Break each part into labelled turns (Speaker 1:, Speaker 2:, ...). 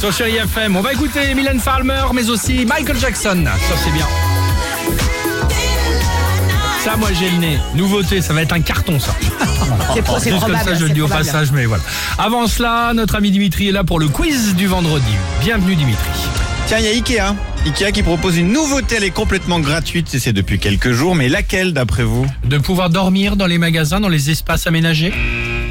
Speaker 1: sur Chéri FM. On va écouter Mylène Farmer, mais aussi Michael Jackson. Ça, c'est bien. Ça, moi, j'ai le nez. Nouveauté, ça va être un carton, ça.
Speaker 2: C'est pro- c'est
Speaker 1: Juste comme
Speaker 2: probable.
Speaker 1: ça, je
Speaker 2: c'est
Speaker 1: le dis au
Speaker 2: probable.
Speaker 1: passage, mais voilà. Avant cela, notre ami Dimitri est là pour le quiz du vendredi. Bienvenue, Dimitri.
Speaker 3: Tiens, il y a Ikea. Ikea qui propose une nouveauté, elle est complètement gratuite et c'est depuis quelques jours, mais laquelle d'après vous
Speaker 1: De pouvoir dormir dans les magasins, dans les espaces aménagés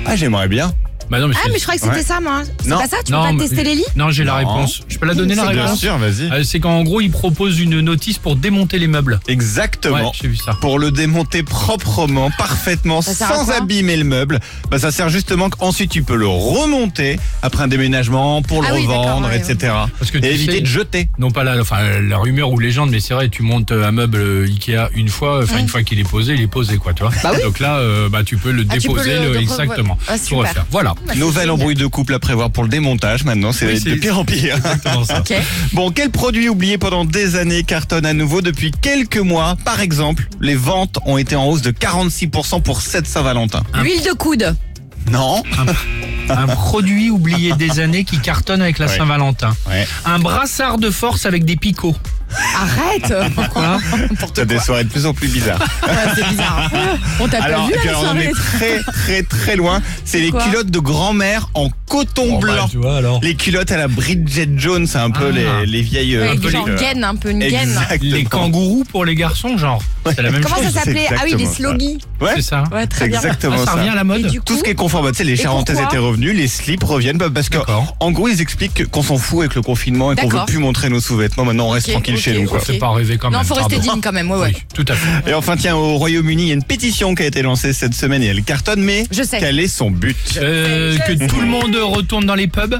Speaker 3: Ah, j'aimerais bien.
Speaker 1: Bah non, mais
Speaker 2: Ah,
Speaker 1: c'est-
Speaker 2: mais je croyais que c'était
Speaker 3: Ouais.
Speaker 2: ça, moi. C'est
Speaker 3: Non.
Speaker 2: pas ça Tu peux pas
Speaker 1: mais-
Speaker 2: tester les lits
Speaker 1: Non, j'ai la
Speaker 3: Non.
Speaker 1: réponse. Je peux la donner, la
Speaker 2: C'est
Speaker 3: Bien
Speaker 1: réponse
Speaker 3: sûr, vas-y.
Speaker 1: Euh, C'est qu'en gros, ils proposent une notice pour démonter les meubles. Ouais,
Speaker 3: Exactement.
Speaker 1: j'ai vu ça.
Speaker 3: Pour le démonter proprement, parfaitement,
Speaker 2: Ça sert à
Speaker 3: sans
Speaker 2: quoi
Speaker 3: abîmer le meuble, bah ça sert justement qu'ensuite tu peux le remonter après un déménagement pour le
Speaker 2: Ah oui, d'accord,
Speaker 3: revendre,
Speaker 2: ouais, ouais.
Speaker 3: etc.
Speaker 1: Parce que tu
Speaker 3: et éviter
Speaker 1: sais-
Speaker 3: de jeter.
Speaker 1: Non pas la, enfin, euh, la rumeur ou légende, mais c'est vrai, tu montes euh, un meuble euh, Ikea une fois, enfin une fois qu'il est posé, il est posé quoi, tu vois. Donc là, euh, bah tu peux le
Speaker 2: Ah, tu peux
Speaker 1: déposer
Speaker 2: le- le revo-
Speaker 1: exactement.
Speaker 2: Ah,
Speaker 1: Tout
Speaker 2: super.
Speaker 1: refaire. Voilà.
Speaker 2: Bah, c'est
Speaker 3: Nouvelle
Speaker 2: génial.
Speaker 3: embrouille de couple à prévoir pour le démontage maintenant, c'est
Speaker 1: Oui, c'est-
Speaker 3: de pire en pire.
Speaker 1: Exactement ça.
Speaker 2: Ok.
Speaker 3: Bon, quel produit oublié pendant des années cartonne à nouveau depuis quelques mois Par exemple, les ventes ont été en hausse de 46% pour cette Saint-Valentin.
Speaker 2: L'huile de coude.
Speaker 3: Non
Speaker 1: Un produit oublié des années qui cartonne avec la
Speaker 3: Ouais.
Speaker 1: Saint-Valentin.
Speaker 3: Ouais.
Speaker 1: Un brassard de force avec des picots.
Speaker 2: Arrête
Speaker 1: Quoi
Speaker 2: N'importe
Speaker 3: T'as
Speaker 2: quoi.
Speaker 3: des soirées de plus en plus bizarres.
Speaker 2: Ouais, c'est bizarre. On t'a pas
Speaker 3: Alors,
Speaker 2: vu à la
Speaker 3: alors, on
Speaker 2: soirée
Speaker 3: est très très très loin. C'est les
Speaker 2: Quoi
Speaker 3: culottes de grand-mère en coton
Speaker 1: Bon, bah,
Speaker 3: blanc.
Speaker 1: tu vois alors.
Speaker 3: Les culottes à la Bridget Jones, c'est un peu
Speaker 1: Ah.
Speaker 3: les, les vieilles... euh,
Speaker 2: Ouais,
Speaker 3: un peu
Speaker 2: genre
Speaker 3: les-
Speaker 2: gaine, un peu une gaine.
Speaker 3: Exactement.
Speaker 1: Les kangourous pour les garçons, genre. C'est la même
Speaker 2: Comment
Speaker 1: chose.
Speaker 2: ça s'appelait Ah oui, les
Speaker 3: exactement ça.
Speaker 2: sloggies.
Speaker 3: Ouais,
Speaker 1: C'est ça. hein
Speaker 2: Ouais,
Speaker 3: c'est
Speaker 2: très bien.
Speaker 1: Ah,
Speaker 3: exactement
Speaker 1: ça
Speaker 3: ça.
Speaker 1: revient à la
Speaker 2: Et
Speaker 1: mode.
Speaker 2: du coup,
Speaker 3: Tout ce qui est conforme, tu sais, les charentaises
Speaker 2: pourquoi
Speaker 3: étaient revenues, les slips reviennent, bah, parce que
Speaker 1: D'accord.
Speaker 3: En gros, ils expliquent qu'on s'en fout avec le confinement et qu'on
Speaker 2: D'accord.
Speaker 3: veut plus montrer nos sous-vêtements. Maintenant, on reste
Speaker 2: Ok,
Speaker 3: tranquille
Speaker 2: ok,
Speaker 3: chez nous. Quoi.
Speaker 2: ok.
Speaker 1: C'est pas rêver quand même.
Speaker 2: Non, faut rester
Speaker 1: pardon.
Speaker 2: digne quand même, ouais, ouais.
Speaker 1: Oui, tout à fait.
Speaker 3: Et enfin, tiens, au Royaume-Uni, il y a une pétition qui a été lancée cette semaine et elle cartonne, mais
Speaker 2: Je sais.
Speaker 3: quel est son but
Speaker 1: Euh, que tout le monde retourne dans les pubs.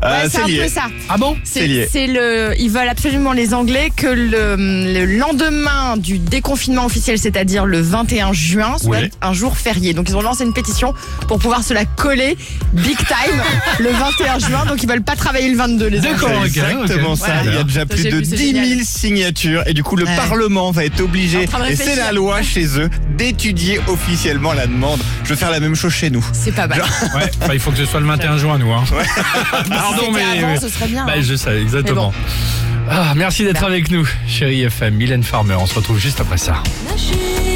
Speaker 3: Ah,
Speaker 2: Ouais, c'est un peu ça.
Speaker 1: Ah bon
Speaker 3: C'est lié.
Speaker 2: C'est c'est le, ils veulent absolument les Anglais que le, le lendemain du déconfinement officiel, c'est-à-dire le 21 juin, soit
Speaker 3: Ouais.
Speaker 2: un jour férié. Donc ils ont lancé une pétition pour pouvoir se la coller big time le 21 juin. Donc ils veulent pas travailler le 22 les Anglais.
Speaker 1: D'accord.
Speaker 3: C'est
Speaker 1: ok,
Speaker 3: exactement
Speaker 1: ok.
Speaker 3: ça. Il y a
Speaker 1: Voilà.
Speaker 3: déjà
Speaker 2: Ça,
Speaker 3: plus
Speaker 2: j'ai
Speaker 3: de
Speaker 2: vu, c'est
Speaker 3: 10 000
Speaker 2: génial.
Speaker 3: signatures et du coup, le
Speaker 2: Ouais.
Speaker 3: Parlement va être
Speaker 2: En
Speaker 3: obligé,
Speaker 2: train de
Speaker 3: et c'est
Speaker 2: réfléchir.
Speaker 3: la loi chez eux, d'étudier officiellement la demande. Je vais faire la même chose chez nous.
Speaker 2: C'est pas mal.
Speaker 1: Ouais, enfin, il faut que ce soit le 21 juin, nous. Hein. Pardon,
Speaker 2: C'était
Speaker 1: mais.
Speaker 2: avant, ce serait bien.
Speaker 1: Bah,
Speaker 2: hein.
Speaker 1: je sais, exactement.
Speaker 2: Bah.
Speaker 1: Ah, merci d'être avec nous, chérie FM, Mylène Farmer. On se retrouve juste après ça.
Speaker 4: Lâcher